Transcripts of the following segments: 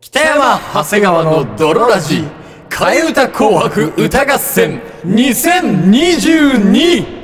北山長谷川の泥ラジ替え歌紅白歌合戦2022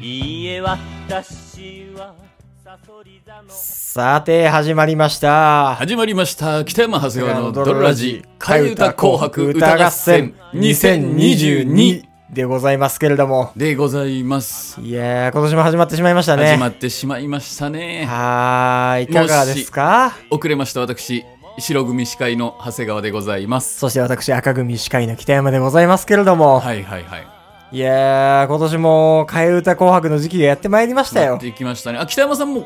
いいえ、私は、サソリ座の。さて、始まりました。始まりました北山長谷川の泥ラジ替え歌紅白歌合戦2022でございますけれども。でございます、いやー、今年も始まってしまいましたね。始まってしまいましたねはーい、いかがですか遅れました私白組司会の長谷川でございますそして私、赤組司会の北山でございますけれども。はいはいはいい、やー、今年も替え歌紅白の時期がやってまいりましたやよっ。てきましたねあ北山さんも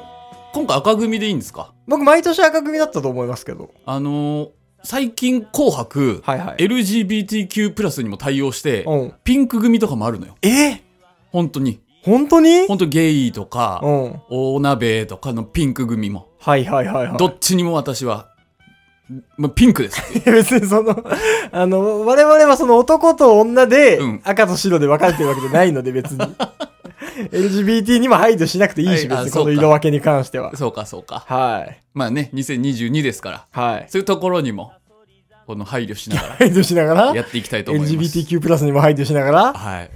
今回赤組でいいんですか僕、毎年赤組だったと思いますけど。あのー最近紅白、はいはい。 LGBTQ+ プラスにも対応して、うんピンク組とかもあるのよえ本当に本当に本当ゲイとか、うん。お鍋とかのピンク組も、はいはいはいはい。どっちにも私は、まあ、ピンクですいや 別にその、あの、我々はその男と女でうん、赤と白で分かれてるわけじゃないの で別に。LGBT にも配慮しなくていいし、はいあ別にそうこかの色分けに関しては。そうかそうかはい。まあね2022ですからはい。そういうところにもこの配慮しなが配慮しながらやら、っていきたいと思います LGBTQ プラスにも配慮しながら。はい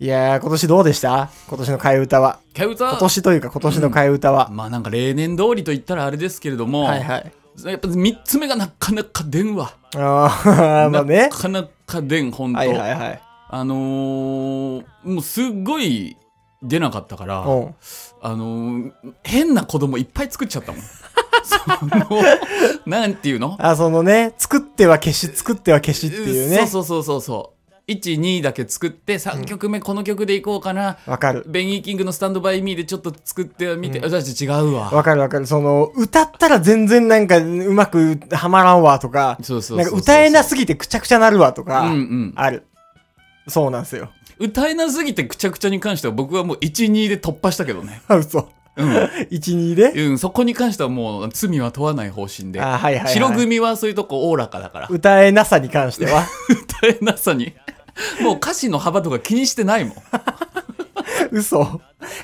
いやー、今年どうでした今年の替え歌は。替え歌今年というか今年の替え歌は。まあなんか例年通りと言ったらあれですけれども、はいはい。やっぱ3つ目がなかなか出んわ、あー、まあな。ねかなか出んほんと、はいはいはい。あのー、もうすっごい出なかったから、うん。あのー変な子供いっぱい作っちゃ ったもん。そのなんていうのあ、そのね、作っては消し、作っては消しっていうね。そうそうそうそうそう。1、2だけ作って3曲目この曲でいこうかな。わかる。ベン・イー・キングの「スタンド・バイ・ミー」でちょっと作ってはみて、う私違うわ。わかるわかる。その、歌ったら全然なんか、うまくはまらんわとか、そうそうそうそうなんか歌えなすぎてくちゃくちゃなるわとうんかう、ん、ある。そうなんですよ。 歌えなすぎてくちゃくちゃに関しては僕はもう12で突破したけどね、あ、嘘。うん1、2でうん、そこに関してはもう罪は問わない方針で、あ、はいはい、はい。白組はそういうとこおおらかだから歌えなさに関しては、 歌えなさに もう歌詞の幅とか気にしてないもん嘘。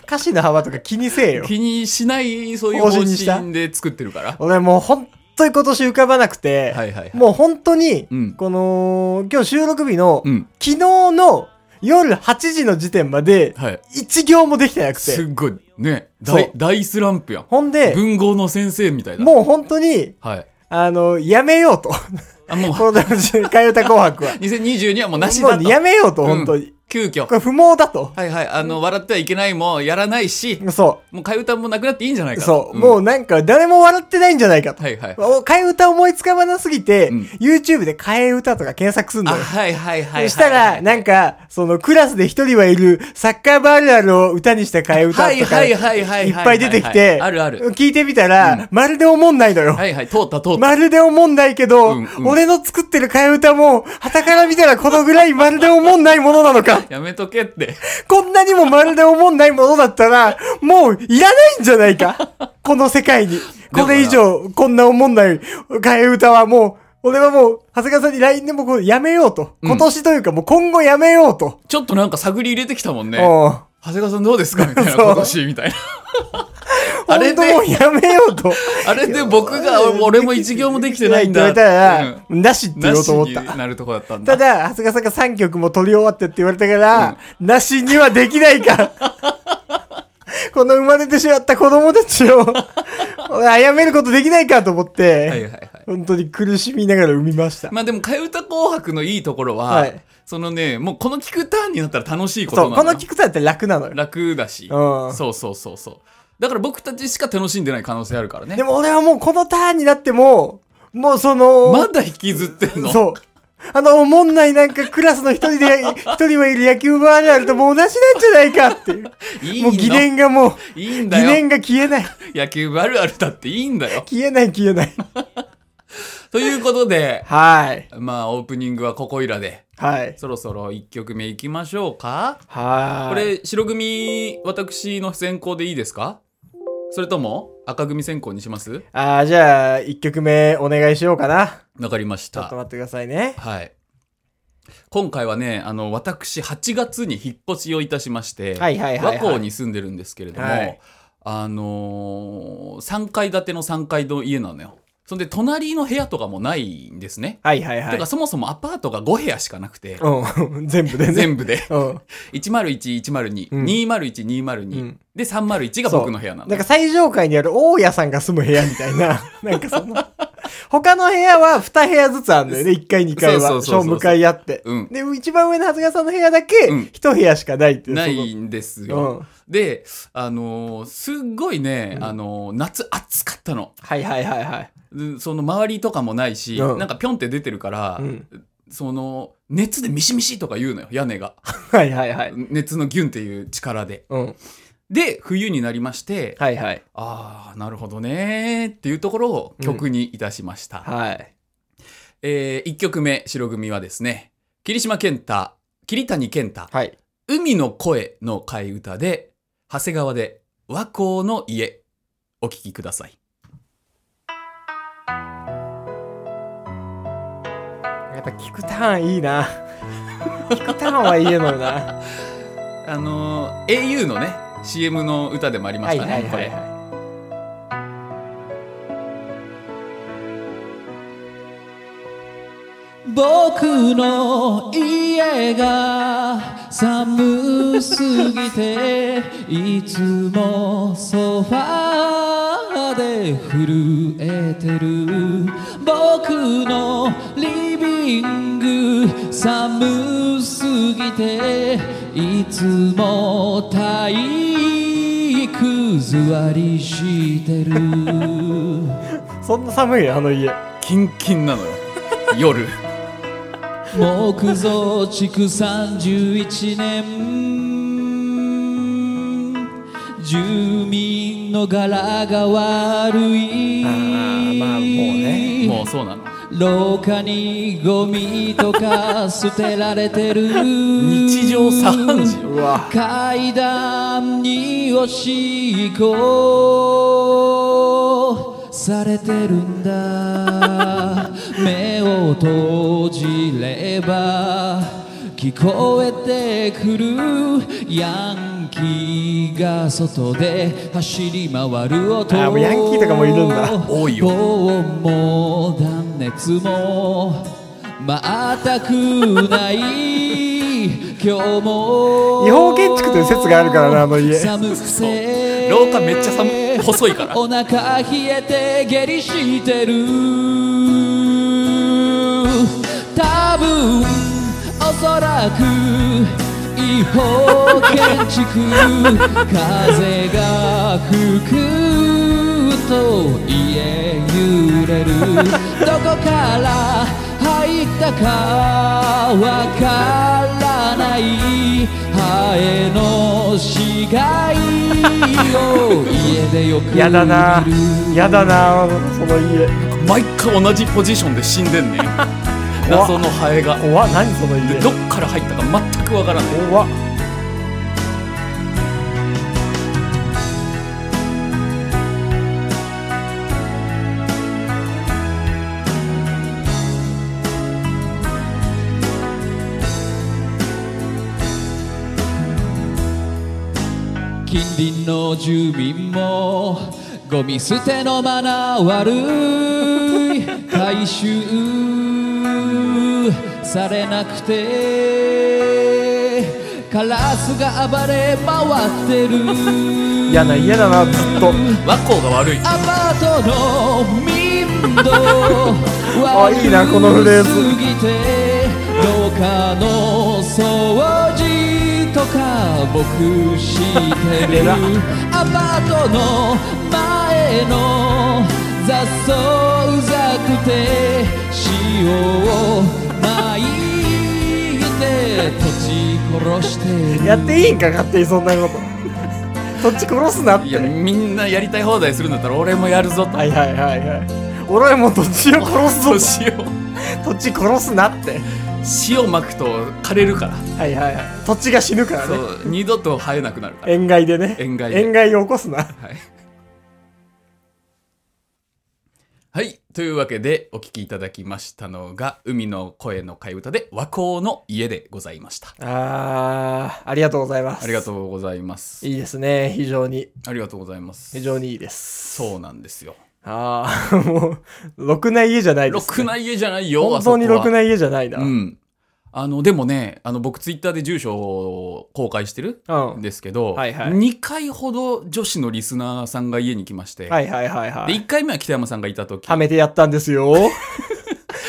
歌詞の幅とか気にせえ よ。気にしないそういう方方針にした針で作ってるから俺もう本当に今年浮かばなくて、はいはいはいもう本当に、うんこの、今日収録日の、うん昨日の夜8時の時点まで、はい一行もできてなくすて。っごいねそう大大スランプやんほんで、文豪の先生みたいだもう本当に、はいあの、やめようと。あもう この替え歌紅白は。 2022はもうなしもだうとやめようと、うん本当に。急遽これ不毛だと。はいはいあの笑ってはいけないもやらないしそ。もう替え歌もなくなっていいんじゃないうかそう。んもうなんか誰も笑ってないんじゃないかと。はいはいお替え歌思いつかばなすぎて、うん YouTube で替え歌とか検索すんあのよ。はいはいはいはいはいそしたら、なんか、そのクラスで一人はいるサッカーバールあるを歌にした替え歌はいとはか、いいっはいはいはいぱい出てきて、あるある聞いてみたら、うんまるで思んないのよ。はいはい通った通ったまるで思んないけど、うんうん俺の作ってる替え歌も、旗から見たらこのぐらいまるで思んないものな のか。やめとけってこんなにもまるで思んないものだったら、もういらないんじゃないか。この世界に。これ以上、こんな思んない替え歌はもう、俺はもう、長谷川さんに LINE でもこうやめようと。うん今年というかもう今後やめようと。ちょっとなんか探り入れてきたもんねおう長谷川さんどうですかみたいな そう今年みたいなあれ本当もでうやめようと。あれで 僕が俺俺も一行もできてないん っだて言われたら、なしってうん言なおうしと思っにた。なるとこだったんただだ、長谷川さんが3曲も撮り終わってって言われたから、なしにはできないか。この生まれてしまった子供たちを、やめることできないかと思って、はいはいはい本当に苦しみながら産みました。まあでも替え歌紅白のいいところは、はいそのねもうこの聞くターンになったら楽しいことそう、なこののよ聞くさって楽なのよ。楽だし、うんそうそうそうそうだから僕たちしか楽しんでない可能性あるからねでも俺はもうこのターンになっても、もうその、まだ引きずってんのそう。あの、おもんないなんかクラスの一人で、 一人はいる野球部あるあるともう同じなんじゃないかっていう。いいものう疑念がもう、いいんだ疑よ念が消えない。野球部あるあるだっていいんだよ消えない消えない。ということではい。まあオープニングはここいらではい。そろそろ1曲目いきましょうかはこい。れ白組私の先行でいいですかそれとも赤組先行にしますああ、じゃあ、1曲目お願いしようかな。わかりましちょったと。待ってくださいね。はい。今回はね、あの、私、8月に引っ越しをいたしまして、はいはいはいはい和光に住んでるんですけれども、はいあのー、3階建ての3階の家なのよ。そんで、隣の部屋とかもないんですね。はいはいはていか、。そもそもアパートが5部屋しかなくて、うん、 全部でね。全部で。うん。 101、102、うん201、202、うんで、301が僕の部屋ななのん。か最上階にある大家さんが住む部屋みたいな。 なんかその、他の部屋は2部屋ずつあるんだよね。1階2階そうは。そうそう小そう向かい合って。うんで、一番上の長谷川さんの部屋だけうん1部屋しかないっていう。そなのいんですよ。うんで、あのーすっごいね、あのー夏暑かったの。はいはいはいはい。うんその周りとかもないし、うんなんかピョンって出てるから、うんその、熱でミシミシとか言うのよ、屋根が。はいはいはい。熱のギュンっていう力で。うん。で、冬になりまして、はいはい。ああ、なるほどねーっていうところを曲にいたしました。はい。え1曲目、白組はですね、霧島健太、桐谷健太、はい。海の声の替え歌で、長谷川で和光の家、お聴きください。やっぱ聞くターンいいな。 聞くターンはいいのよ な。あのー au のね、CM の歌でもありまはしいたはね、いこはいれ。は僕の家が寒すぎていつもソファーで震えてる僕のリビング寒すぎていつも体育座りしてるい。そんな寒いよ、あの家。キンキンなのよ。 夜。木造築31年住民の柄が悪いあーまあもうねもうそうなの。廊下にゴミとか捨てられてる日常茶飯事よ。うわ。階段におしっこされてるんだ目を閉じれば聞こえてくるヤンキーが外で走り回る音あーもうヤンキーとかもいるんだ多いよ棒も断熱も全くない今日も違法建築という説があるからなあの家寒くてそう廊下めっちゃ寒い細いからお腹冷えて下痢してる多分おそらく違法建築風が吹くと家揺れるどこから入ったかわからないハエの死骸を家でよく見るやだな。やだな、その家。毎回同じポジションで死んでんね謎のハエが。怖っ何そので家。どっから入ったか全くわからない。怖っ近隣の住民もゴミ捨てのマナー悪い回収されなくてカラスが暴れ回ってる嫌な家だな、ずっと。和光が悪い。アパートの民度 あいいなこのフ レーズ悪すぎて廊下の掃除とか僕してる偉アパートの前の雑草うざくて塩をまいて土地殺してるやっていいんか、勝手にそんなこと。そっ ち殺すなっいて。や、はいみんなやりたい放題するんだったら俺もやるぞと。はいはいはい。俺はもう土地をそう殺 すしぞ。よう。土地殺すなって。塩まくと枯れるから、はいはいはい。土地が死ぬからそね。う二度と生えなくなるから、塩害でね。塩害で塩害を起こすな。はい、はい。というわけで、お聞きいただきましたのが、海の声の替え歌で、和光の家でございました。あー、ありがとうございます。ありがう。とうございます。いいですね。非常に、ありがとうございます。非常にいいです。そうなんですよ。あー、もう、 ろくな家じゃないでろす、くな家じゃないよ、本当にろくい。な家じゃないな。うん。あの、でもね、あの、僕ツイッターで住所を公開してるうんんですけど、はいはい2回ほど女子のリスナーさんが家に来まして、はいはいはいはで、い。 1回目は北山さんがいた時、はめてやったんですよ。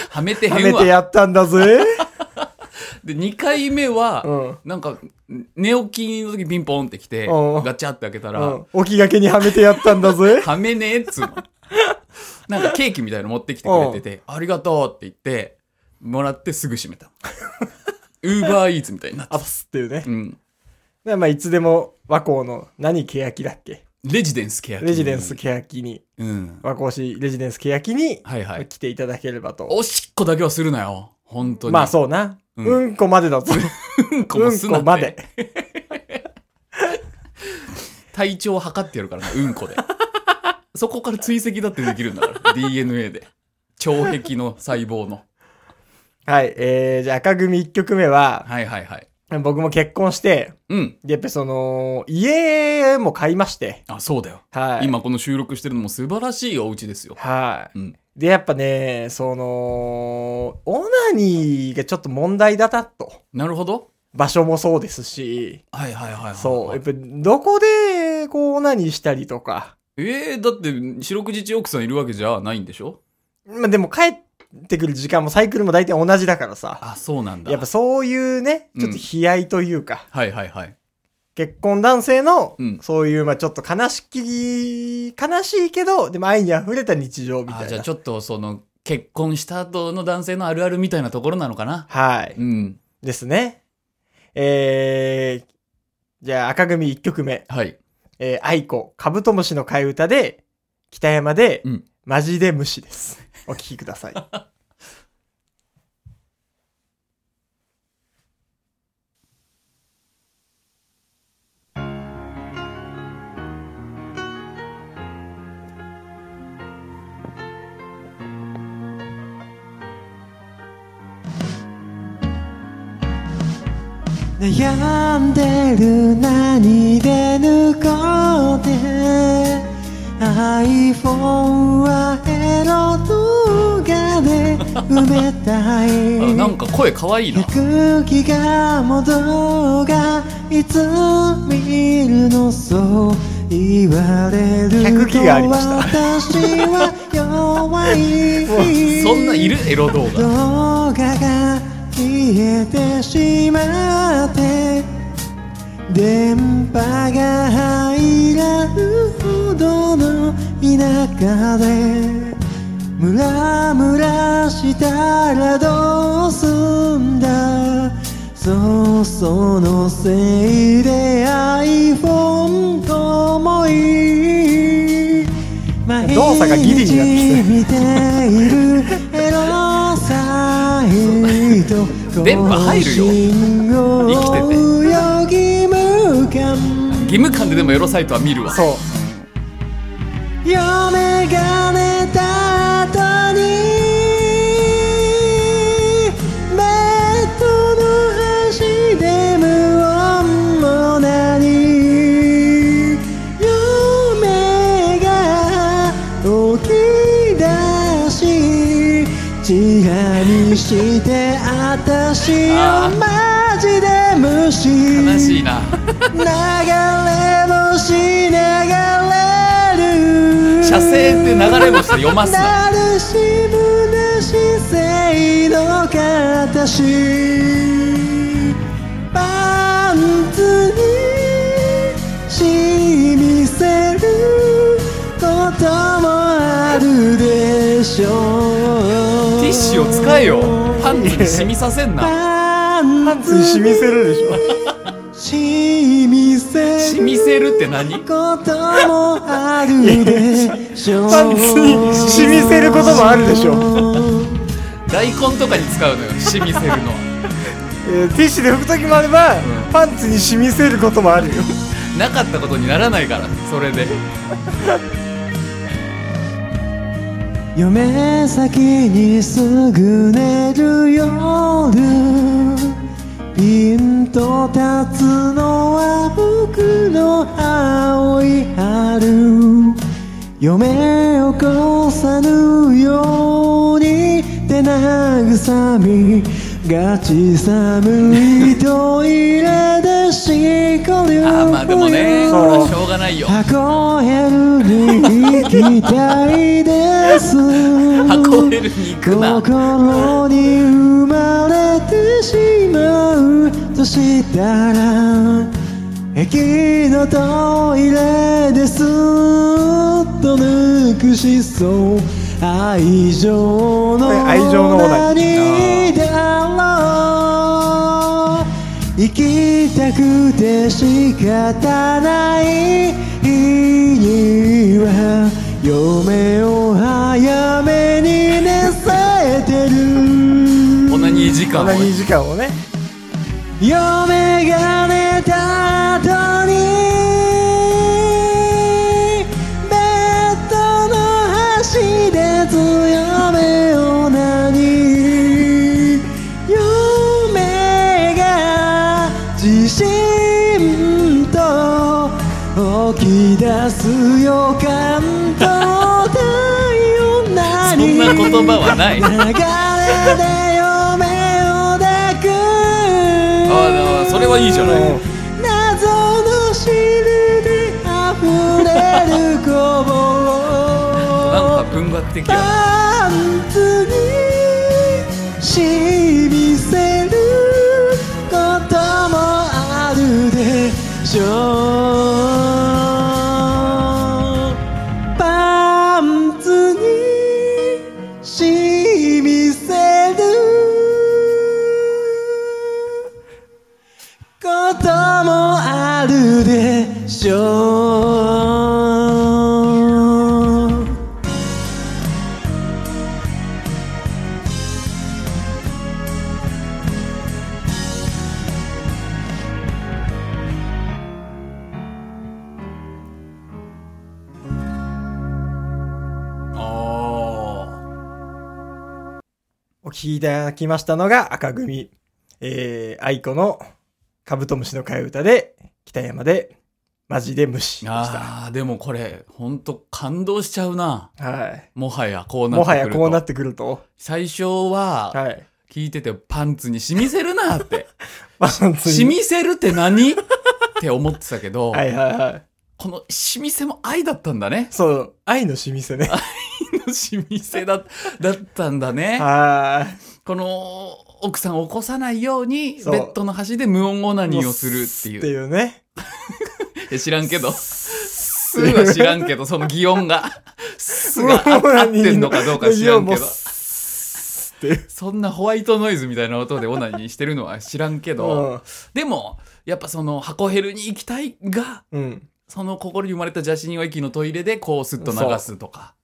はめてはへめんてわ。やったんだぜ。で、2回目は、うんなんか、寝起きの時ピンポンって来て、うんガチャって開けたら、うん、起きがけにはめてやったんだぜ。はめねえっ つうの。なんかケーキみたいの持ってきてくれてて、ありがとうって言って、もらってすぐ閉め た。ウーバーイーツみたいになってあたば。すっていうねう。ん。でまあ、いつでも和光の何欅だっけレジデンスケア。レジデンス。欅に、うん。和光市レジデンス欅にはいはい。来ていただければと。おしっこだけはするなよ。本当に。まあそうな。ううんん、こまでだぞ。う。んこうもんすなこってまで。。体調を測ってやるからな、うんこ で。そこから追跡だってできるんだから。DNA で。腸壁の細胞の。はい。えー、じゃあ赤組1曲目は、はいはいはい。僕も結婚して、うん。でやっぱその、家も買いまして。あ、そうだよ。はい。。今この収録してるのも素晴らしいお家ですよ。はい。うん。で、やっぱね、その、オナニーがちょっと問題だなと。なるほど。場所もそうですし、はいはいはいはい。そう。やっぱ、どこで、こう、オナニーしたりとか。えー、だって、四六時中奥さんいるわけじゃないんでしょまあ、でも帰ってくる時間もサイクルも大体同じだからさ。あ、そうなんだ。やっぱそういうね、ちょっと悲哀というか、はいはいはい。結婚男性のうん、そういう、まあちょっと悲しき、悲しいけど、でも愛に溢れた日常みたあ、いじゃあなち。ょっとその、結婚した後の男性のあるあるみたいなところなのかなはい。うん。ですね。えー、じゃあ赤組1曲目。はい。えー、愛子、カブトムシの替え歌で、北山で、うんマジで虫です。お聴きください。悩んでる何で抜こうで iPhone はエロ動画で埋めた あいなんか声かわいいな。空気がも動画いつ見るのそう言われる100ギガありましたと私は弱 いそんないるエロ動画。動画が消えてしまって電波が入らぬほどの田舎でムラムラしたらどうすんだそうそのせいで iPhone ともいい動作がギリになってきた見ているエロサイト電波入るよ生きてて無感義務感ででもエロサイトは見るわ。そう。嫁が寝た後にベッドの端で無音もなり嫁が起き出しチラにして私をマジで無視悲しいな。流れ星流れる写生って流れ星で読ますな。なるしむなし性の形パンツに染みせることもあるでしょうティッシュを使えよ。パンツに染みさせんな。パンパンツに染みせるでしょ。染みせる染みせるって何こともあるでしょうパンツに染みせることもあるでしょ。大根とかに使うのよ。染みせるのは。えーティッシュで拭くときもあれば、パンツに染みせることもあるよ。なかったことにならないから、それで。嫁先にすぐ寝る夜ピンと立つのは僕の青い春嫁を越さぬように手慰みがち寒いトイレでしこりゅあーまあでもねこれはしょうがないよ箱ヘルに行きたいです箱根に行くな心に生まれてしまうとしたら駅のトイレですっと抜くしそう愛情の愛情のオナ何だろう生きたくて仕方ない日には嫁を早めに寝さえてるオナニー時間こんをな2時間をね嫁が寝た後にベッドの端で強めを何嫁が自信と起き出す予感と体温なそりんな言葉はない流れで嫁を抱くああそれはいいじゃない謎の汁で溢れるこぼなんかを文学的やパンツに染みせることもあるでしょうパンツに染みせることもあるでしょうあお聞きいただきましたのが赤組、えー、愛子のカブトムシの替え歌で、北山で、マジで虫でしーた。あーでもこれほんと感動しちゃうなはい。もはやこうなもってはくるやとこうなってくると。最初ははい。聞いててパンツに染みせるな ってまあ、染染みせるって 何って思ってたけど、はいはいはい。この染みせも愛だったんだ ねそう、愛の染みせね。染みせだだったんだねはこの奥さんを起こさないようにそうベッドの端で無音オナい。ニーをするっていってういうね。いや知らんけどすは知らんけどその擬音 がすが合合ってんのかどうか知らんけどスーって。そんなホワイトノイズみたいな音でオナニーしてるのは知らんけど、でもやっぱその箱ヘルに行きたいがうん。うん。その心に生まれた邪神を駅のトイレでこうスッと流すとか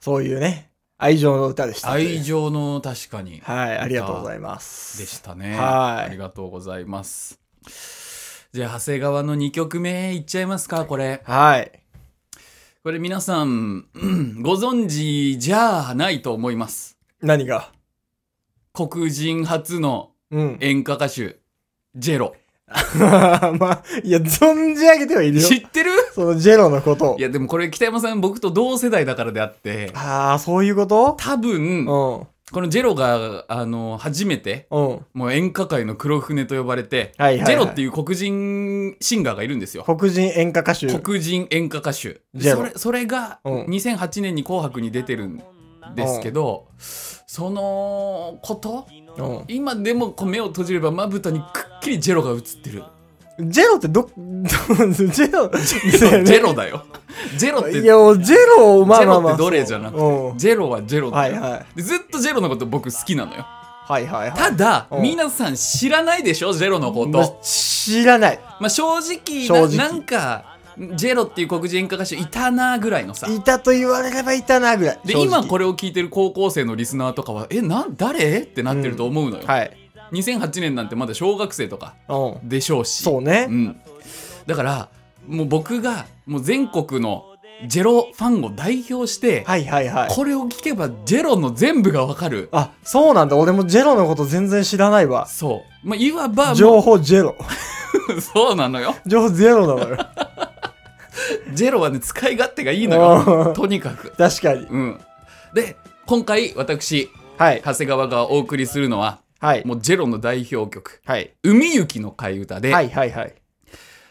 そういうね、愛情の歌でした、愛。情の確かにはい、ありがとうございます。でしたねはいありがとうございますじゃあ長谷川の2曲目いっちゃいますかこれはい。これ皆さんうんご存知じゃないと思います何が黒人初のうん。演歌歌手ジェロ まあ、いや、存じ上げてはいるよ知。ってるそのジェロのことをい。やでもこれ北山さん僕と同世代だからであってああ、そういうこと多分こうのジェロがあの初めてん。うん。もう演歌界の黒船と呼ばれて、はいはいはいジェロっていう黒人シンガーがいるんですよ。黒人演歌歌手。黒人演歌歌手。ジェロそれそれがうん2008年に「紅白」に出てるんですけど、そのことう今でもこう目を閉じればまぶたにくっきりジェロが映って る。ん。ジェロってど、 どジェロ、ジェロロだ よ。ジェロっていや、ジェロ、まあまあまジェロっあ。てどれじゃなくてうんジェロはジェロだよ、はいはいでずっとジェロのこと僕好きなのよ。はいはいはただ、うん皆さん知らないでしょジェロのこい。と。まあ知らない。まあ、正直正直ななんかジェロっていう黒人演歌歌手いたなぐらいのさいたと言われればいたな、ぐらい。で正直今これを聞いてる高校生のリスナーとかはえなん誰ってなってると思うのよ、はい。 2008年なんてまだ小学生とかうん。でしょうしそうねう。ん、だからもう僕がもう全国のジェロファンを代表して、はいはいはい。これを聞けばジェロの全部がわかる。あ、そうなんだ。俺もジェロのこと全然知らないわ。そう。まあ、いわば、もう情報ジェロ。そう なのよ。情報ゼロ なのよ。ジェロはね、使い勝手がいいのよう。んとにかく。確かに。うん。で、今回、私、はい。長谷川がお送りするのは、はい。もうジェロの代表曲、はい。海行きの替え歌で、はいはいはい。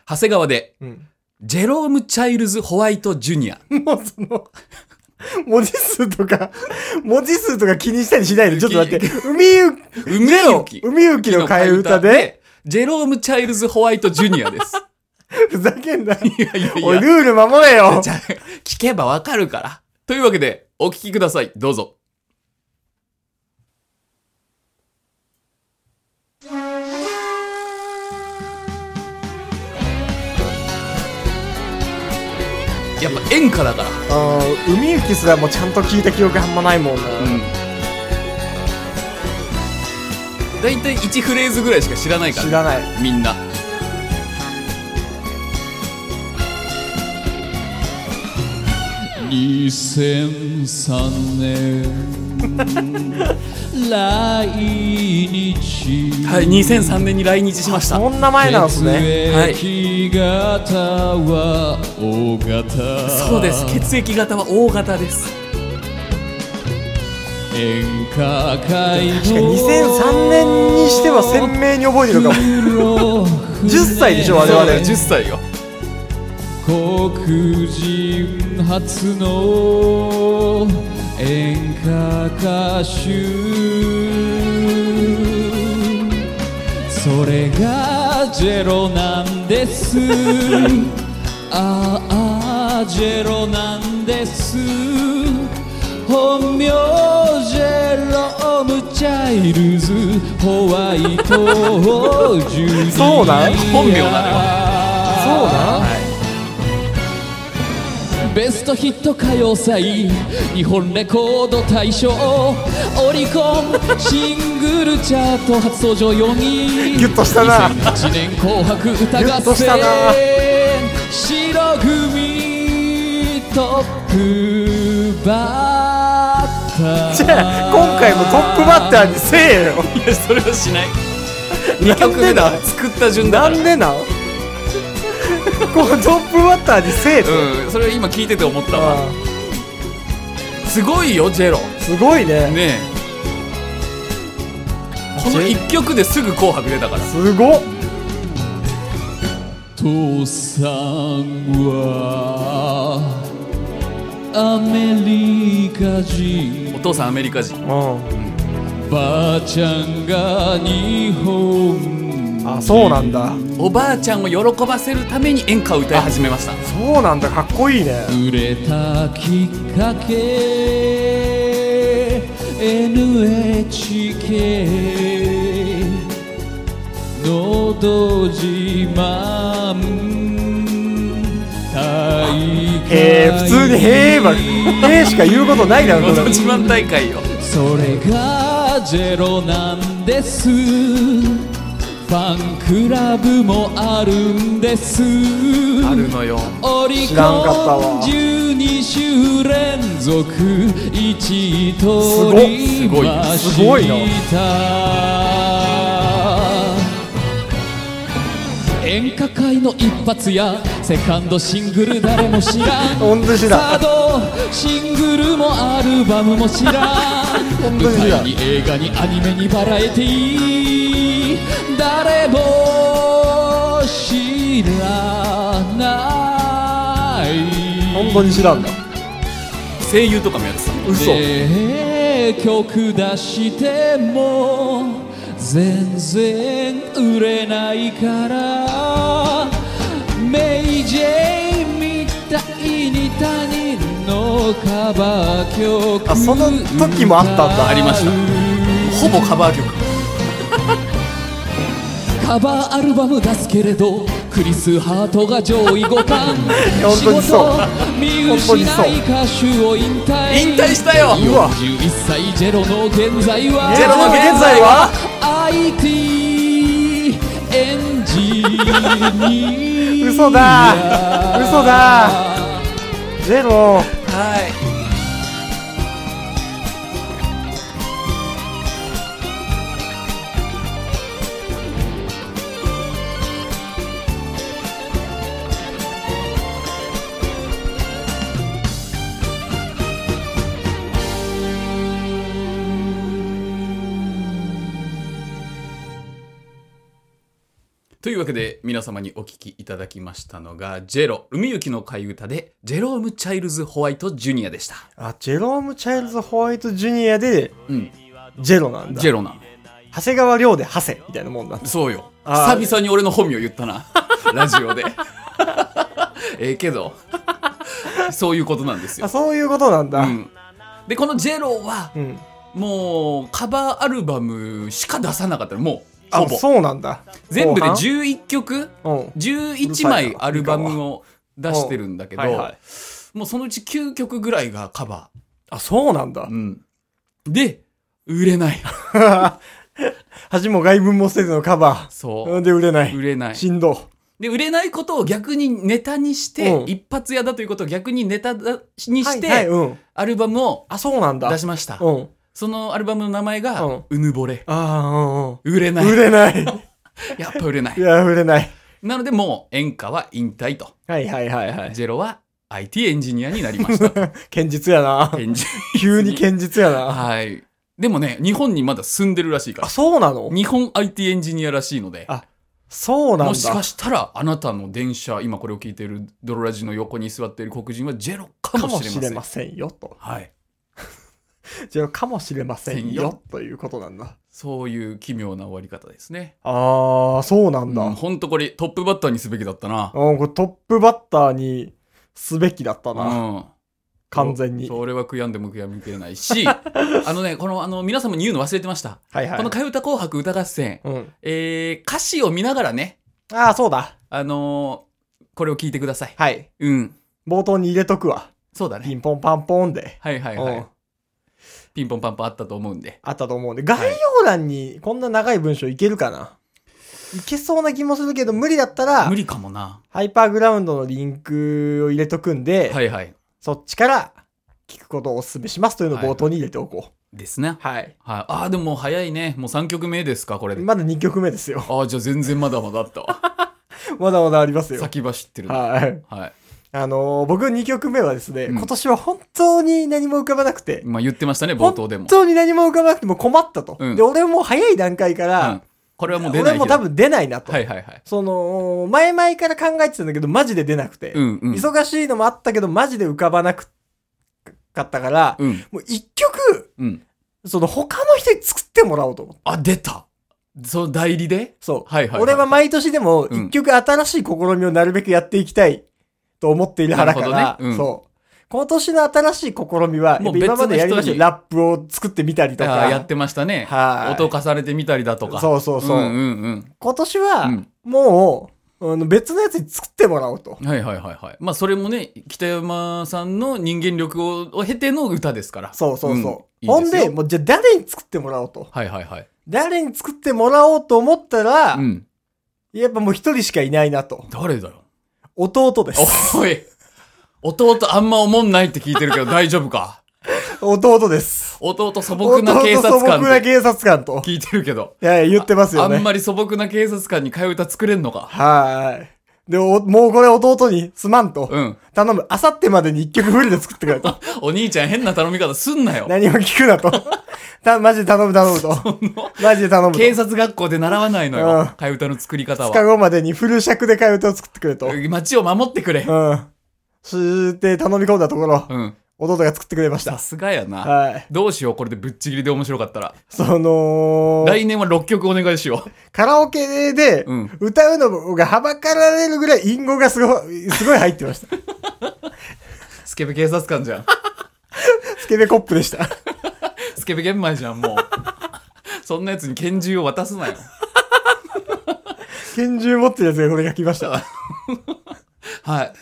長谷川で、うん。ジェローム・チャイルズ・ホワイト・ジュニア。もうその、文字数とか、文字数とか気にしたりしないで、ちょっと待って。 海ゆ、海ゼロ行き。海ゆきの替え歌で、ジェローム・チャイルズ・ホワイト・ジュニア です。ふざけんな。いやいやいおい、やル。ール守れ よじ。ゃあ聞けばわかるから。というわけで、お聞きください。どうぞ。やっぱ演歌だから。うん、海ゆきすらもちゃんと聞いた記憶あんまないもんな。うん。大体1フレーズぐらいしか知らないから知。らない。みんな2003年来日はい2003年に来日しましたそんな前なんですね。血液型は O 型そうです血液型は O 型です演歌確会のかに2003年にしては鮮明に覚えてるかも。10 10歳でしょ我そう々だよ10歳よ黒人初の演歌歌手それがジェロなんですああジェロなんです本名ジェローム・チャイルズホワイト・ジュニアそうなん本名なのよそうなんベストヒット歌謡祭日本レコード大賞オリコンシングルチャート初登場4位ギュッとしたな2008年紅白歌ギュ合ッとし戦たな白組トップバッターじゃあ今回もトップバッターにせえよいやそれはしない2曲目だ作った順だなからんでなんこのトップバッターにせえって、うんそれは今聞いてて思ったわあすごいよジェロあすごいねねえこの1曲ですぐ「紅白」出たからすごっ父さんはアメリカ人お父さんアメリカ人うんばあちゃんが日本あそうなんだおばあちゃんを喜ばせるために演歌を歌い始めましたそうなんだかっこいいね売れたきっかけ NHK のど自慢大会へえ普通に「へえ」ば「へえ」しか言うことないだろ ごうな当地漫大会よそれがジェロなんですファンクラブもあるんですあるのよオリコ知らんかったンわ12週連続1位とすりごいましすごいなた演歌界の一発やセカンドシングル誰も知らんほんと知らんサードシングルもアルバムも知らんほんと舞に知らん台に映画にアニメにバラエティー誰も知らない本当に知らんだ声優とかもやってたの嘘で曲出しても全然売れないからメイジェイみたいに他人のカバー曲あその時もあったんだありましたほぼカバー曲カバーアルバム出すけれどクリス・ハートが上位互換 本当にそう見失い歌手を引退引退したようわ41歳ジェロの現在はジェロの現在は IT エ ンジニア嘘だ嘘だゼロはいというわけで皆様にお聞きいただきましたのがジェロ海行きの替え歌でジェローム・チャイルズ・ホワイト・ジュニアでしたあジェローム・チャイルズ・ホワイト・ジュニアでうんジェロなんだジェロなの長谷川亮でハセみたいなもんなんだそうよあー久々に俺の本名言った なラジオで ええけどそういうことなんですあよ、そういうことなんだううん、ん、でこのジェロはもうカバーアルバムしか出さなかったのもうほあぼそうなんだ全部で後半11曲うん11枚アルバムを出してるんだけど、はいはいもうそのうち9曲ぐらいがカバあそうなんだー。うん。で、売れない。恥も外分も捨ててのカバーそなんで売れなう。い売れない。しんどで、売れないことを逆にネタにして、うん一発屋だということを逆にネタだにして、はいはいうん、アルバムをあそうなんだ出しました。うんそのアルバムの名前が、ううぬぼれ。あ売れあなうんい。うん売れないやっぱ売れない い。や売れないなので、もう演歌は引退と。はいはいはいはいジェロは IT エンジニアになりました。 堅実やなエンジ急に堅実やなはい。でもね、日本にまだ住んでるらしいかあら。そうなの日本 IT エンジニアらしいので。あそうなんだもしかしたらあなたの電車今これを聞いているドロラジの横に座っている黒人はジェロかかももしれませしんれませんよとはい、じゃあかもしれませんせんよよということなんだそういう奇妙な終わり方ですねああそうなんだ、うんほんとこれトップバッターにすべきだったなうん、これトップバッターにすべきだったな、うん完全に。そはそれは悔やんでも悔やみきれない しあのねこのあの皆様に言うの忘れてました、いはい。この「替え歌紅白歌合戦」うん、えー歌詞を見ながらねああ、そうだ。あのーこれを聞いてくださいはい。うん冒頭に入れとくわ。そうだピねンポンパンポンで。はいはいはうんいピンポンパンポンあったと思うんであったと思うんで。概要欄にこんな長い文章いけるかな、い、けそうな気もするけど、無理だったら無、理かもなハイパーグラウンドのリンクを入れとくんで、はいはいそっちから聞くことをお勧めしますというのをはい冒頭に入れておこですねう。はい。はい、ああでももう早いねもう3曲目ですかこれで、まだ2曲目です よ。ああじゃあ全然まだまだあったわまだまだあります よ。先走ってるねはい。はいあのー僕2曲目はですね、うん今年は本当に何も浮かばなくて、まあ言ってましたね冒頭でも本、当に何も浮かばなくてもう困ったと。うんで、俺も早い段階かうんら、、これはもう出な俺いも日だ多分出ないなと。はいはいはいその、前々から考えてたんだけど、マジで出なくて、うんうん忙しいのもあったけど、マジで浮かばなくかったから、うんもう1曲、うんその他の人に作ってもらおうと思って。あ出たその代理でそう。はいはいはい俺は毎年でも、うん一曲新しい試みをなるべくやっていきたいと思っている腹かなるら、ほどねうんそう。今年の新しい試みは、もう今までやりまし別の人たよにラップを作ってみたりとあか。ーやってましたねはい音を重ねてみたりだとかそうそうそう。うんうん今年は、うんもう、あの別のやつに作ってもらおうと。うんはいはいはいはいまあそれもね北山さんの人間力をを経ての歌ですからそうそうそう。うんほいいんですで、よもうじゃあ誰に作ってもらおうと。はいはいはい誰に作ってもらおうと思ったら、うんやっぱもう一人しかいないなと。誰だろう弟です。おい、弟あんま思んないって聞いてるけど大丈夫か弟です。弟素朴な警察弟素朴官なって警察官と。聞いてるけど。いやいや言ってますよあね。んまり素朴な警察官に替え歌作れんの かはーい。で、おもうこれ弟にすまんと。うん。頼む。あさってまでに一曲フルで作ってく れと。お兄ちゃん変な頼み方すんなよ。何も聞くなと。た、マジで頼む頼むと。マジで頼むと。警察学校で習わないのうんよ。替え歌の作り方2日は。後までにフル尺で替え歌を作ってくれと。うん。街を守ってくれ。そして頼み込んだところ、うん。弟が作ってくれましさた。すがやな。はい。どうしよう、これでぶっちぎりで面白かったら。その、来年は6曲お願いしよカラオケでうん歌うのがはばかられるぐらい隠語がすごい、すごい入ってました。 う。スケベ警察官じゃん。スケベコップでした。スケベ玄米じゃん、もう。 そんなやつに拳銃を渡すなよ。拳銃持ってるやつがこれ書きました。はい。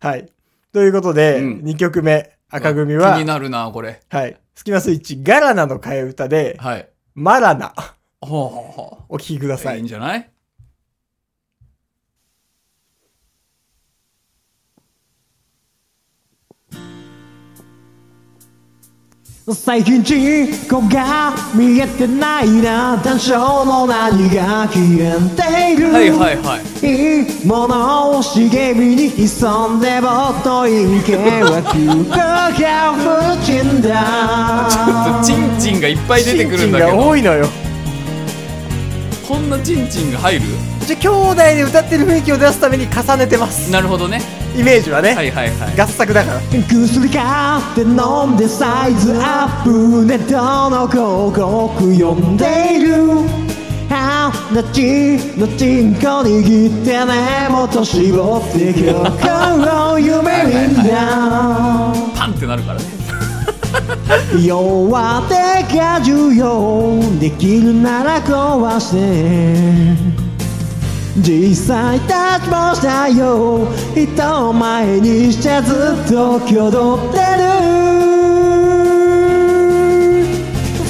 はい。ということで、うん2曲目、赤組気は、になるな、これ。はい。スキマスイッチ、ガラナの替え歌で、はい。マラナ、ほうほうほお聴きくださう。いいんい。じゃない「最近人口が見えてないな単勝の何が消えているはいはいはいいいものを茂みに潜んでもっと陰気は急が不 沈だちんちんがいっぱい出てくるんだけがど多いのよ。こんなちんちんが入るじゃあ兄弟で歌ってる雰囲気を出すために重ねてます。なるほどねイメージはね。はいはいはい合作だから。 薬買って飲んでサイズアップネットの広告読んでいるあなちのチンコ握ってねもっと絞って曲を夢見んだパンってなるからね弱手が重要できるなら壊して実際立ちもしたよ人を前にしてずっと気取ってる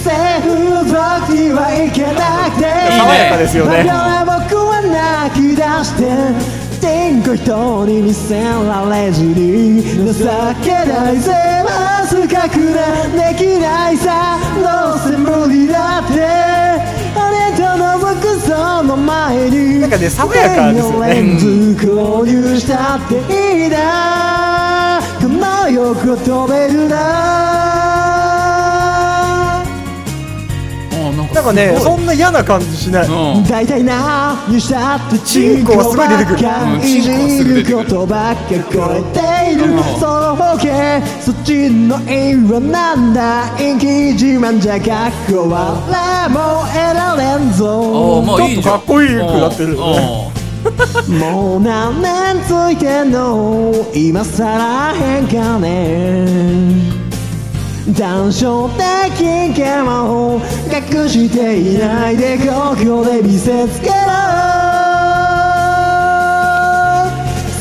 セーフ属にはいけなくていいね爽やかですよね。我々僕は泣き出して天狗一人にせられずに情けないぜまず確なできないさどうせ無理だってあれと覗くその前になんかね爽やかですよねレンズ購入したっていいなこの横飛べるもうなんななんかね、そんな嫌な感じしない。うん大体何したってチンコはすごい出てくるうんチいンコはじすぐ出てるくることばっか超えているうんそのボケそっちの意味はなんだ陰気自慢じゃ学校はもう得られんぞおーもういいじゃんちょっとかっこいいくなってるよねおーおーもう何年ついてんの今さら変かね談笑的ゲも隠していないでここで見せつけろ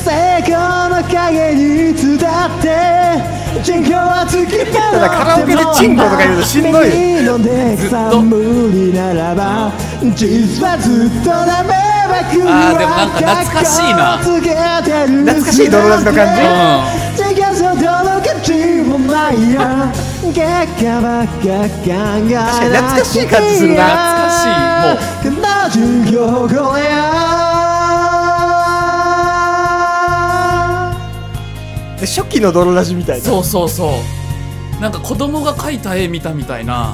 成功の陰に伝って人口は尽きたただカラオケでチンコとか言うとしんどいよのでさ無理ならば実はずっとダメばくあーでもなんか懐かしいな懐かしいドロラジの感じ違うぞどの価値もないや結果ばっか考えな確かに懐かしい感じするな懐かしいもうこの授業後や初期の泥ラジみたいな。そうそうそうなんか子供が描いた絵見たみたい な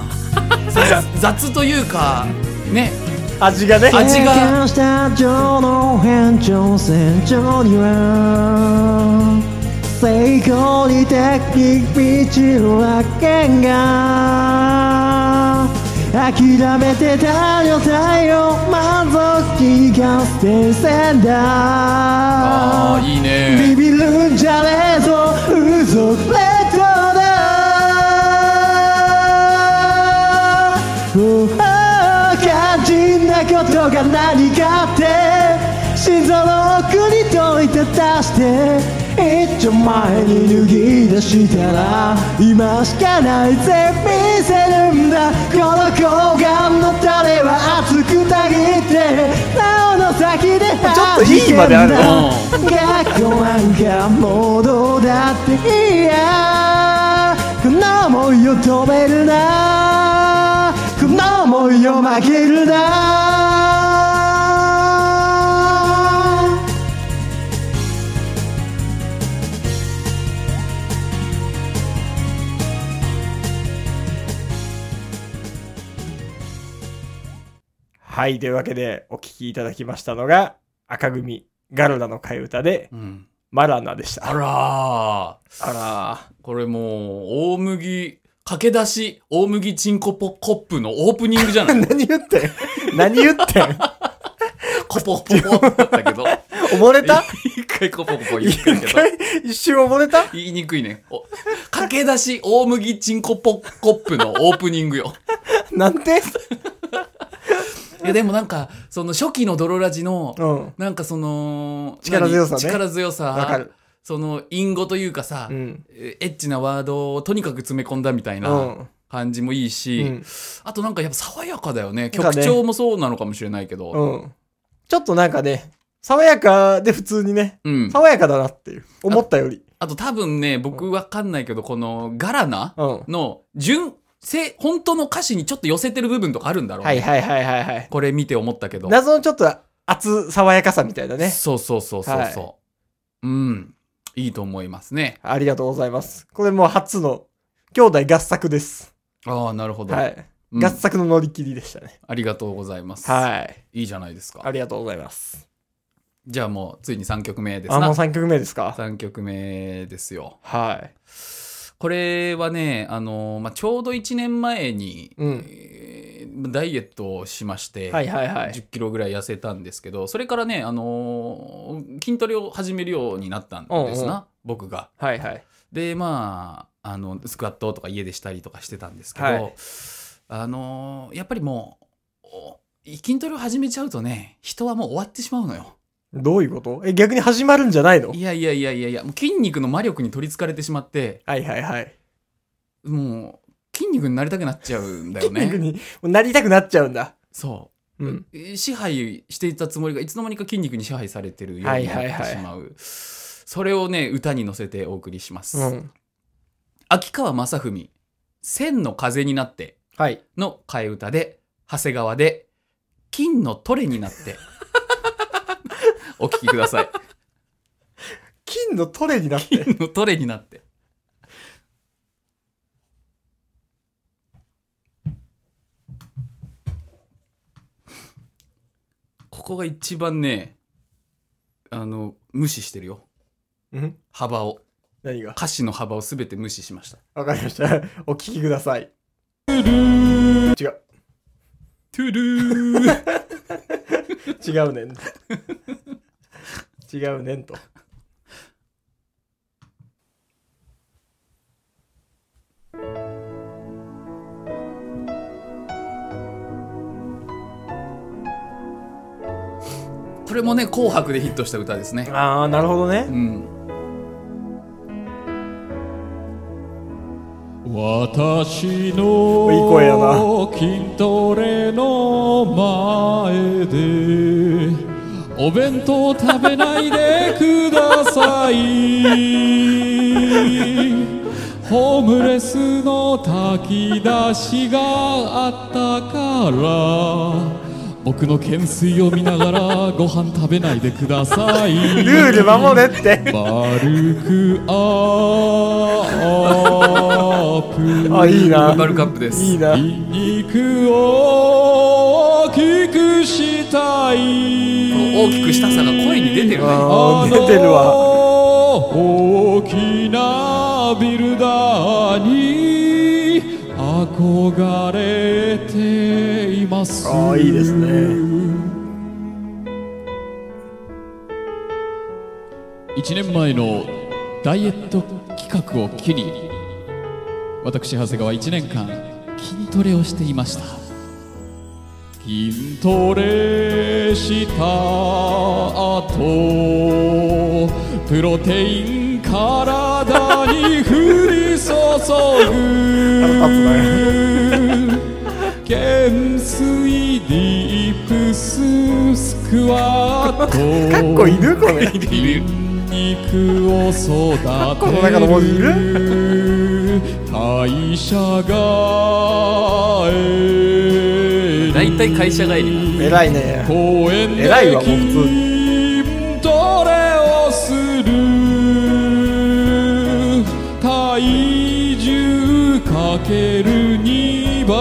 雑雑というかね味がね。味経験した情の変調線上には成功にテクニック満ちるわけが諦めてた状態を満足期が捨て線だああいいビねビるんじゃねえぞ嘘レッドだああ肝心なことが何かって心臓の奥に解いて出して一丁前に脱ぎ出したら今しかないぜ見せるんだこの睾丸の種は熱くたぎって竿の先でちょっといいまである弾けんだうん学校なんかもうどうだっていいやこの思いを止めるなこの思いを負けるなはい、というわけでお聴きいただきましたのが、赤組ガルダの替え歌で、うんマラナでした。あらーあらこれもう大麦駆け出し大麦チンコポコップのオープニング じゃない何言ってん何言ってんコポコポだったけ ど溺れた一回コポコポ言ってるけど一回一瞬溺れた言いにくいねお駆け出し大麦チンコポコップのオープニングよなんて いやでもなんかその初期の泥ラジの、うん。なんかその力強さね何力強わかさる。その隠語というかさ、うん。えエッチなワードをとにかく詰め込んだみたいうなん感じもいいし、うんあとなんかやっぱ爽やかだよねなんか曲ね調もそうなのかもしれないけど、うん。ちょっとなんかね、爽やかで普通にね、うん爽やかだなっていう。思ったより。あと多分ね、僕わかんないけど、このガラナうんの純正、本当の歌詞にちょっと寄せてる部分とかあるんだろうね。はいはいはいはいはい。これ見て思ったけど。謎のちょっと熱爽やかさみたいなね。そうそうそうそうそう。うん。いいと思いますね。ありがとうございます。これもう初の兄弟合作です。ああ、なるほど、はい。うん合作の乗り切りでしたね。ありがとうございます。はい。い。いじゃないですかあ。りがとうございます。じゃあもう、ついに3曲目ですあ、もうな。 3曲目ですか3曲目ですよ。はい。これはね、あのまあ、ちょうど1年前に、うんえーダイエットをしまして、はいはいはい10キロぐらい痩せたんですけど、それからね、あのー筋トレを始めるようになったんですな、うんう僕が。はいはい。で、まあ、あの、スクワットとか家でしたりとかしてたんですけど、はいあのーやっぱりもう、お筋トレを始めちゃうとね、人はもう終わってしまうのよ。どういうことえ、逆に始まるんじゃないのいやいやいやいやいや、もう筋肉の魔力に取りつかれてしまって、はいはいはい。もう、筋肉になりたくなっちゃうんだよ筋ね。肉にもうなりたくなっちゃうんだ。そう。うん。支配していたつもりがいつの間にか筋肉に支配されてるようになはいっはいてはいしまう、それをね歌に乗せてお送りします、うん。秋川雅史「千の風になってはい。」の替え歌で長谷川で「金のトレになって」お聴きください金のトレになって。 金のトレになってここが一番ねあの無視してるようん幅を何が歌詞の幅を全て無視しましたわかりました。 お聞きください。違う。トゥルー 違うねん。 違うねんと。これもね「紅白」でヒットした歌ですねああ、なるほどねう。ん私いい声やなの筋トレの前でお弁当食べないでくださ いホームレスの炊き出しがあったから僕の懸垂を見ながらご飯食べないでくださいルール守れって。丸 くアップあ、いいな。バルカップですいいな。筋肉を大きくしたこのい大きくしたさが声に出てるねあー出てるわ。大きなビルダーに憧れていますあーいいですね1年前のダイエット企画を機に私長谷川1年間筋トレをしていました筋トレした後プロテイン体に降り注ぐ懸垂ディープススクワットかっこいるこれ。筋肉を育この中の文字いてる会社が 大体会社帰りな偉いね。公園で偉いわもう普通筋トレをする体重かける2倍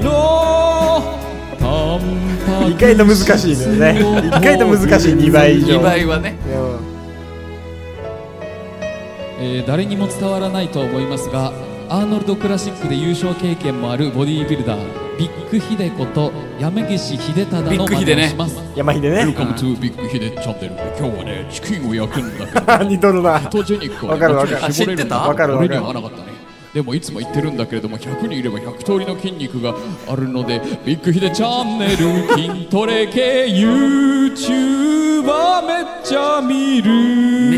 のタンパク意外と難しいのよね。意外と難しい、2倍以上。 2倍はねうんえー誰にも伝わらないとは思いますがアーノルドクラシックで優勝経験もあるボディービルダービッグヒデこと山岸秀忠ビッのグ真ヒデ似をねします、山秀ね。 Welcome to ビッグヒデチャンネル今日はねチキンを焼くんだけど似とるな。途中にこうわかるわかるもちろん絞れ知ってたわかるわかる俺には合わなかったねでもいつも言ってるんだけれども100人いれば100通りの筋肉があるのでビッグヒデチャンネル筋トレ系 YouTuber めっちゃ見る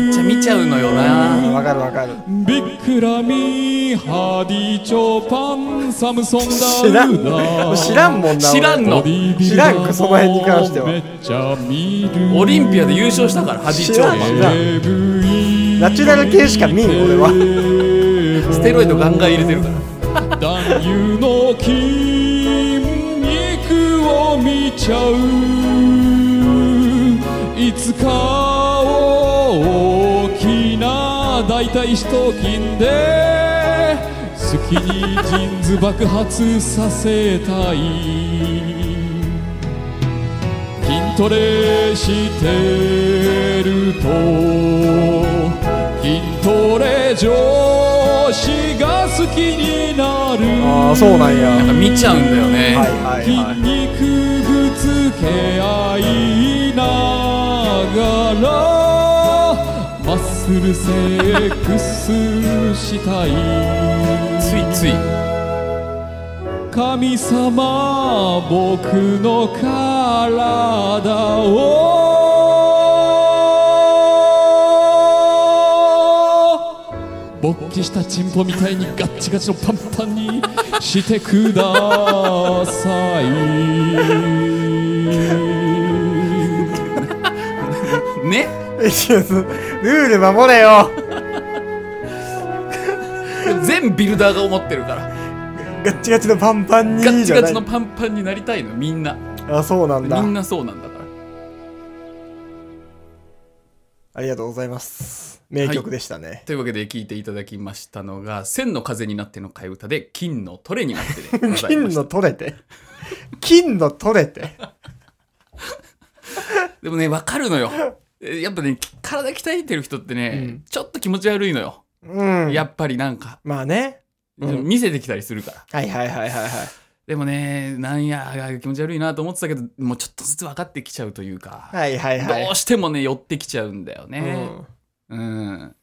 めっちゃ見ちゃうのよなわかるわかる。ビックラミハディチョパンサムソン知ダらウダん。知らんもんな。知らんのボディービルダー知もらんその辺に関してはめっちゃ見るオリンピアで優勝したからハディ・チョーマン知らん渋いナチュラル系しか見ん俺はステロイドガンガン入れてるから男優の筋肉を見ちゃういつか大きな大腿四頭筋で好きにジーンズ爆発させたい筋トレしてると筋トレ女子が好きになるああそうなんやなんか見ちゃうんだよね、はいはい筋はい肉ぶつけ合いながらマッスルセックスしたいついつい神様僕の体を勃起したチンポみたいにガッチガチのパンパンにしてくださいね えちょっとルール守れよ全ビルダーが思ってるからガッチガチのパンパンにガッチじゃガないチのパンパンになりたいのみんなあそうなんみだんなそうなんだからありがとうございます名曲でしたね、というわけで聴いていただきましたのが「千の風になって」の替え歌で「金のトレ」になってでございま 金しのた取れて金の取れてでもねわかるのよえやっぱね体鍛えてる人ってね、ちょっと気持ち悪いのようんやっぱりなんか、まあねうん見せてきたりするからはいはいはいはいはいでもねなんや気持ち悪いなと思ってたけどもうちょっとずつ分かってきちゃうというか、はいはいはいどうしてもね寄ってきちゃうんだよねうんうん、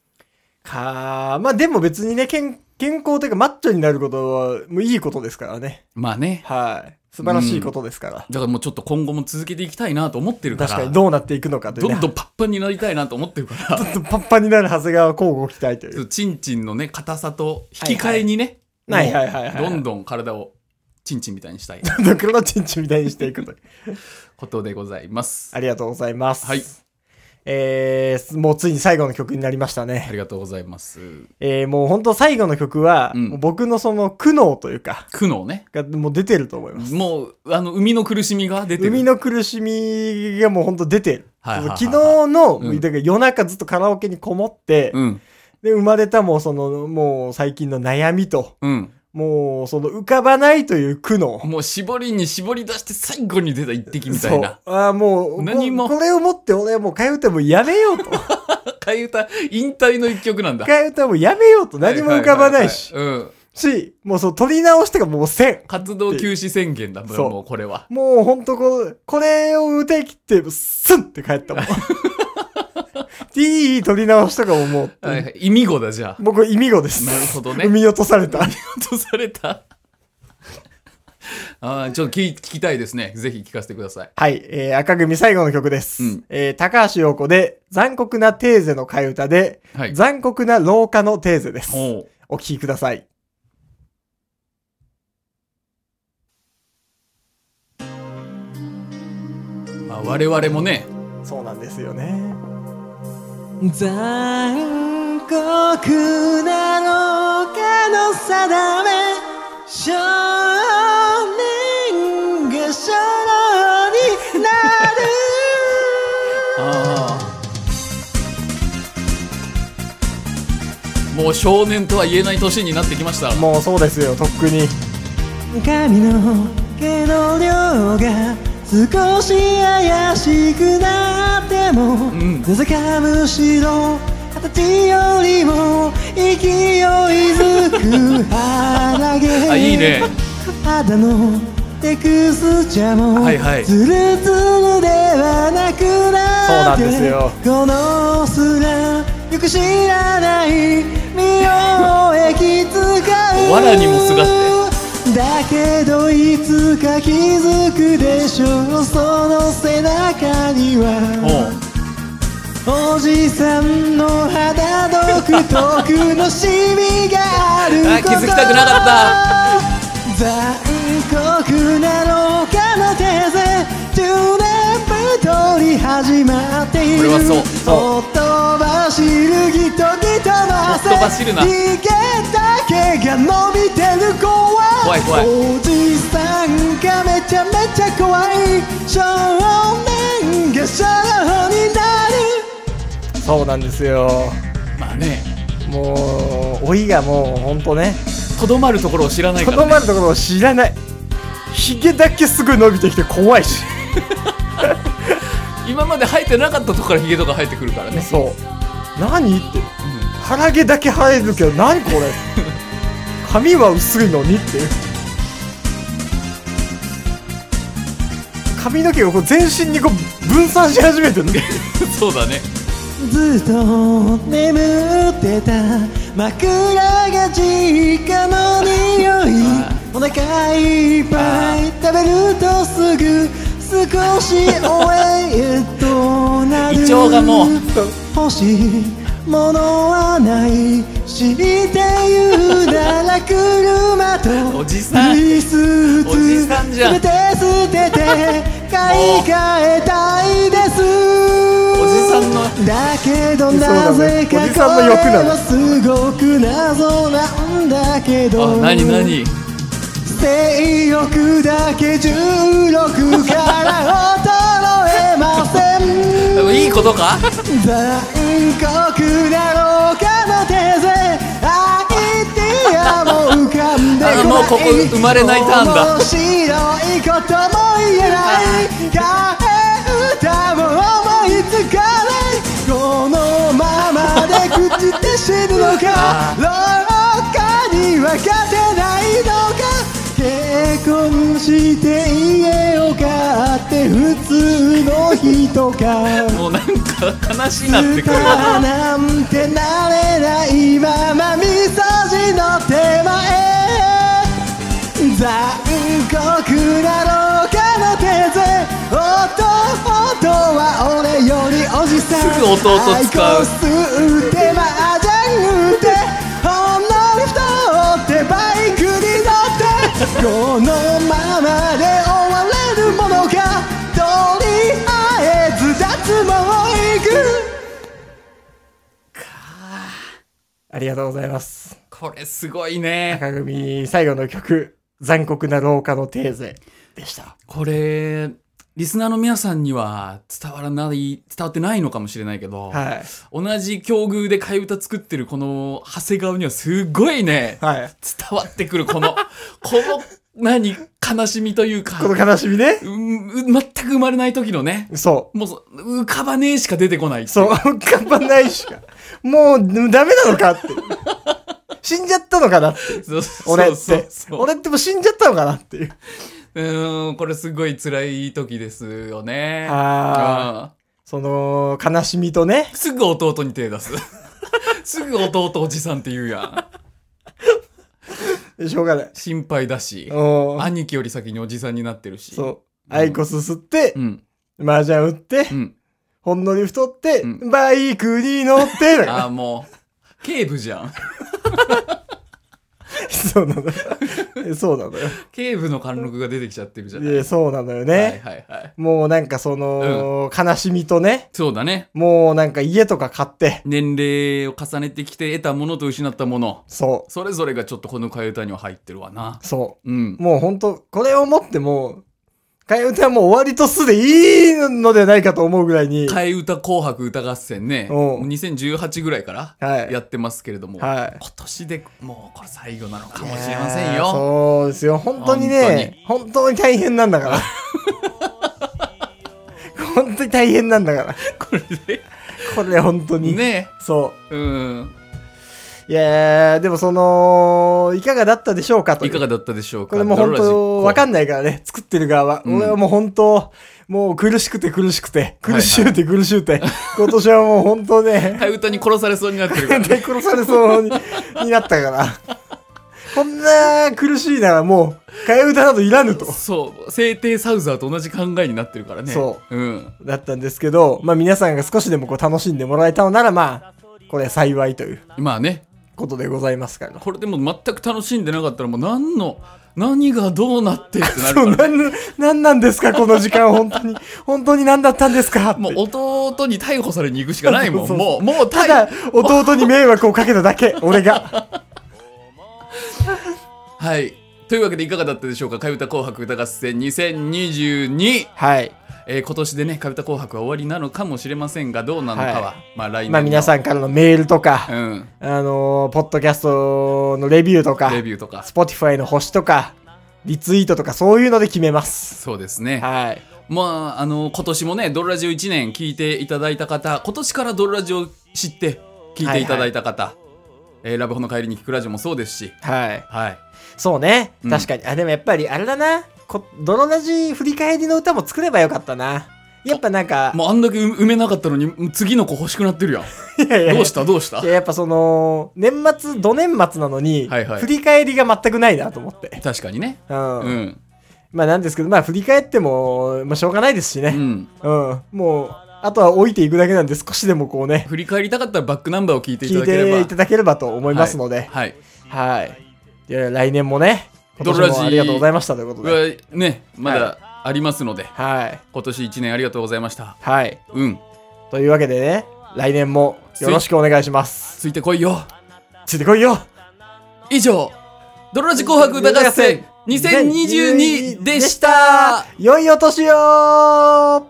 かまあでも別にね健健康というかマッチョになることはもういいことですからねまあねはい素晴らしいことですから、だからもうちょっと今後も続けていきたいなと思ってるから確かにどうなっていくのかという、ね、どんどんパッパンになりたいなと思ってるからパンパンになる長谷川交互期待とい そううチンチンのね硬さと引き換えにね、はいはいはいはいはいどんどん体をチンチンみたいにしたい ドクロのチンチンみたいにしていくということでございますありがとうございますはいえー、もうついに最後の曲になりましたあね。りがとうございますえー、もう本当最後の曲は、うんもう僕のその苦悩というか、苦悩ねがもう出てると思います。もうあの海の苦しみが出てる海の苦しみがもう本当出てる。はいはいはいはいその昨日の、うんだから夜中ずっとカラオケにこもって、うんで、生まれたもうその、もう最近の悩みと、うんもうその浮かばないという苦悩。もう絞りに絞り出して最後に出た一滴みたいな。そう。ああ、もう、何もここれをもって俺はもう替え歌もうやめよ うと。替え歌、引退の一曲なんだ。替え歌もうやめようと。何も浮かばないし。はははいはいうん。し、もうそう、取り直してがもう1000。活動休止宣言だ、そうもうこれは。もうほんとこう、これを歌い切って、スンって帰った もん。いい取り直しとかももう、はいはい意味語だ、じゃあ。 僕意味語です。なるほどね産み落とされた。とされた。 あーちょっと聞き聞きたいですね。ぜひ聞かせてください。はい、えー、赤組最後の曲です。うんえー、高橋洋子で、残酷なテーゼの替え歌で、はい残酷な廊下のテーゼです。おうお聴きください。まあ、我々もね、そうなんですよね。残酷なのかの定め少年が少女になあーもう少年とは言えない年になってきました。もうそうですよ、とっくに。る髪の毛の量が少し怪しくなっても、んなぜかむしろ二十歳よりも勢いづく腹毛 あ、いいね。肌のテクスチャもはいはいツルツルではなくなっそうなんてですよこのすらよく知らない身 を液使う藁にもすがってだけどいつか気づくでしょうその背中にはおうおじさんの肌独特のシミがあることあ気づきたくなかった残酷なのかのテーゼ10年ぶり取り始まっているこれはそうそほっとばしるぎとぎとばせほっとばしるな逃げた毛が伸びてる怖い怖い怖いおじさんがめちゃめちゃ怖い少年がシャラになるそうなんですよまあねもう老いがもうほんとねとどまるところを知らないとかどら、ね、まるところを知らないひげだけすぐ伸びてきて怖いし今まで生えてなかったところからヒゲとか生えてくるからねそう何って、腹毛だけ生えるけど何これ髪は薄いのにっていう髪の毛がこう全身にこう分散し始めてる そうだねずっと眠ってた枕が直の匂いお腹いっぱい食べるとすぐ少し応援へとなる胃腸がもう欲しいものはない知って言うなら車とおじさん椅子おじさんじゃん全て捨てて買い替えたいですおじさんのだけどなぜかこれはすごく謎なんだけどあ何何性欲だけ16から衰えま せんいいことか残酷だろうかの手勢相手やも浮かんでこないあもうここ生まれないターンだ面白いことも言えない替え歌も思いつかないこのままで朽ちて死ぬの か廊下には勝てないのか結婚して家を買って普通の人かもうなんか悲しいなってスタくるーなんてなれないままみそじの手前残酷なろうかの手勢弟は俺よりおじさんすぐ弟使うアイコス打ってマージャン打ってほんのり太ってバイクに乗ってこのままで終われるものかとりあえず脱毛行くありがとうございますこれすごいね赤組最後の曲「残酷な廊下のテーゼ」でしたこれリスナーの皆さんには伝わらない伝わってないのかもしれないけど、はい同じ境遇で替え歌作ってるこの長谷川にはすごいね、はい伝わってくるこ のこの何悲しみというかこの悲しみねうんう全く生まれない時のねそもうそ浮かばねえしか出てこないうそう 頑張んないしかもうダメなのかって死んじゃったのかなってそうそう俺ってそうそう俺ってもう死んじゃったのかなっていううーんこれすごい辛い時ですよねあその悲しみとねうんすぐ弟に手出す すぐ弟おじさんって言うやんしょうがない心配だしおー兄貴より先におじさんになってるしそうアイコス吸ってうん麻雀打ってうんほんのり太ってうんバイクに乗ってだあかあもう警部じゃんら そうなのよえそうなのよ警部の貫禄が出てきちゃってるじゃんいやそうなのよはいねはいはいもうなんかその悲しみとねそうだねもうなんか家とか買って年齢を重ねてきて得たものと失ったものそそれぞれがちょっとこの替え歌には入ってるわなうそううんもうほんと、これをもってもう、替え歌はもう終わりとすでいいのではないかと思うぐらいに、替え歌紅白歌合戦ねおう2018ぐらいかはらいやってますけれども、はい今年でもうこれ最後なのかもしれませんいやーよそうですよ。本当にね、本当に大変なんだから。 本当に大変なんだから。これこれ本当でに。ねそうんう。いやーでもその、いかがだったでしょうかといいうかがだったでしょうかこれもう本当、わかんないないからね、作ってる側は。うん俺はもう本当、もう苦しくて苦しくて、苦しゅうて苦しゅ うて、今年はもう本当ね、替え歌に殺されそうになってるから絶ね対殺されそうにになったから。 こんな苦しいならもう、替え歌などいらぬ と。そう聖帝サウザーと同じ考えになってるからね、そううん、だったんですけど、まあ皆さんが少しでもこう楽しんでもらえたのならまあ、これ幸いというまあねことでございますから。これでも全く楽しんでなかったらもう何の何がどうなってってなるか そう、らなん、なんなんですか、この時間、本当に。 本当に何だったんですかってもう弟に逮捕されに行くしかないもんそうもうもうた逮だ、弟に迷惑をかけただけ、俺が。はいというわけでいかがだったでしょうか「かゆた紅白歌合戦2022」はい。えー今年でね「かゆた紅白」は終わりなのかもしれませんがどうなのかは、はまあ来年まあ、皆さんからのメールとか、うん、あのーポッドキャストのレビューとか、レビューとか Spotify の星とか、リツイートとか、そういうので決めます。そうですねはい。まああの今年もねドルラジオ1年聞いていただいた方今年からドルラジオ知って聞いていただいた方、えーラブホの帰りに聞くラジオもそうですしはい。はいそうね。うん確かに。あ、でもやっぱり、あれだな。こ泥ラジ振り返りの歌も作ればよかったな。やっぱなんか、もうあんだけ埋埋めなかったのに次の子欲しくなってるやん いやいやどうしたどうした いややっぱその、年末、ど年末なのに、はいはい振り返りが全くないなと思って。確かにねうん。うんまあなんですけど、まあ振り返っても、まあしょうがないですしうね。んうん。もう、あとは置いていくだけなんで、少しでもこうね、振り返りたかったらバックナンバーを聞いていた聞いだければていただければと思いますので、はい、はい。いや来年もね、ド今ロ年ラジもありがとうございましたということで。はいねまだありますので、はい。今年1年ありがとうございましたはい。うんというわけでね、来年もよろしくお願いします。ついてこいよついてこいよ以上「ドロラジ紅白歌合戦2022」でした良いお年を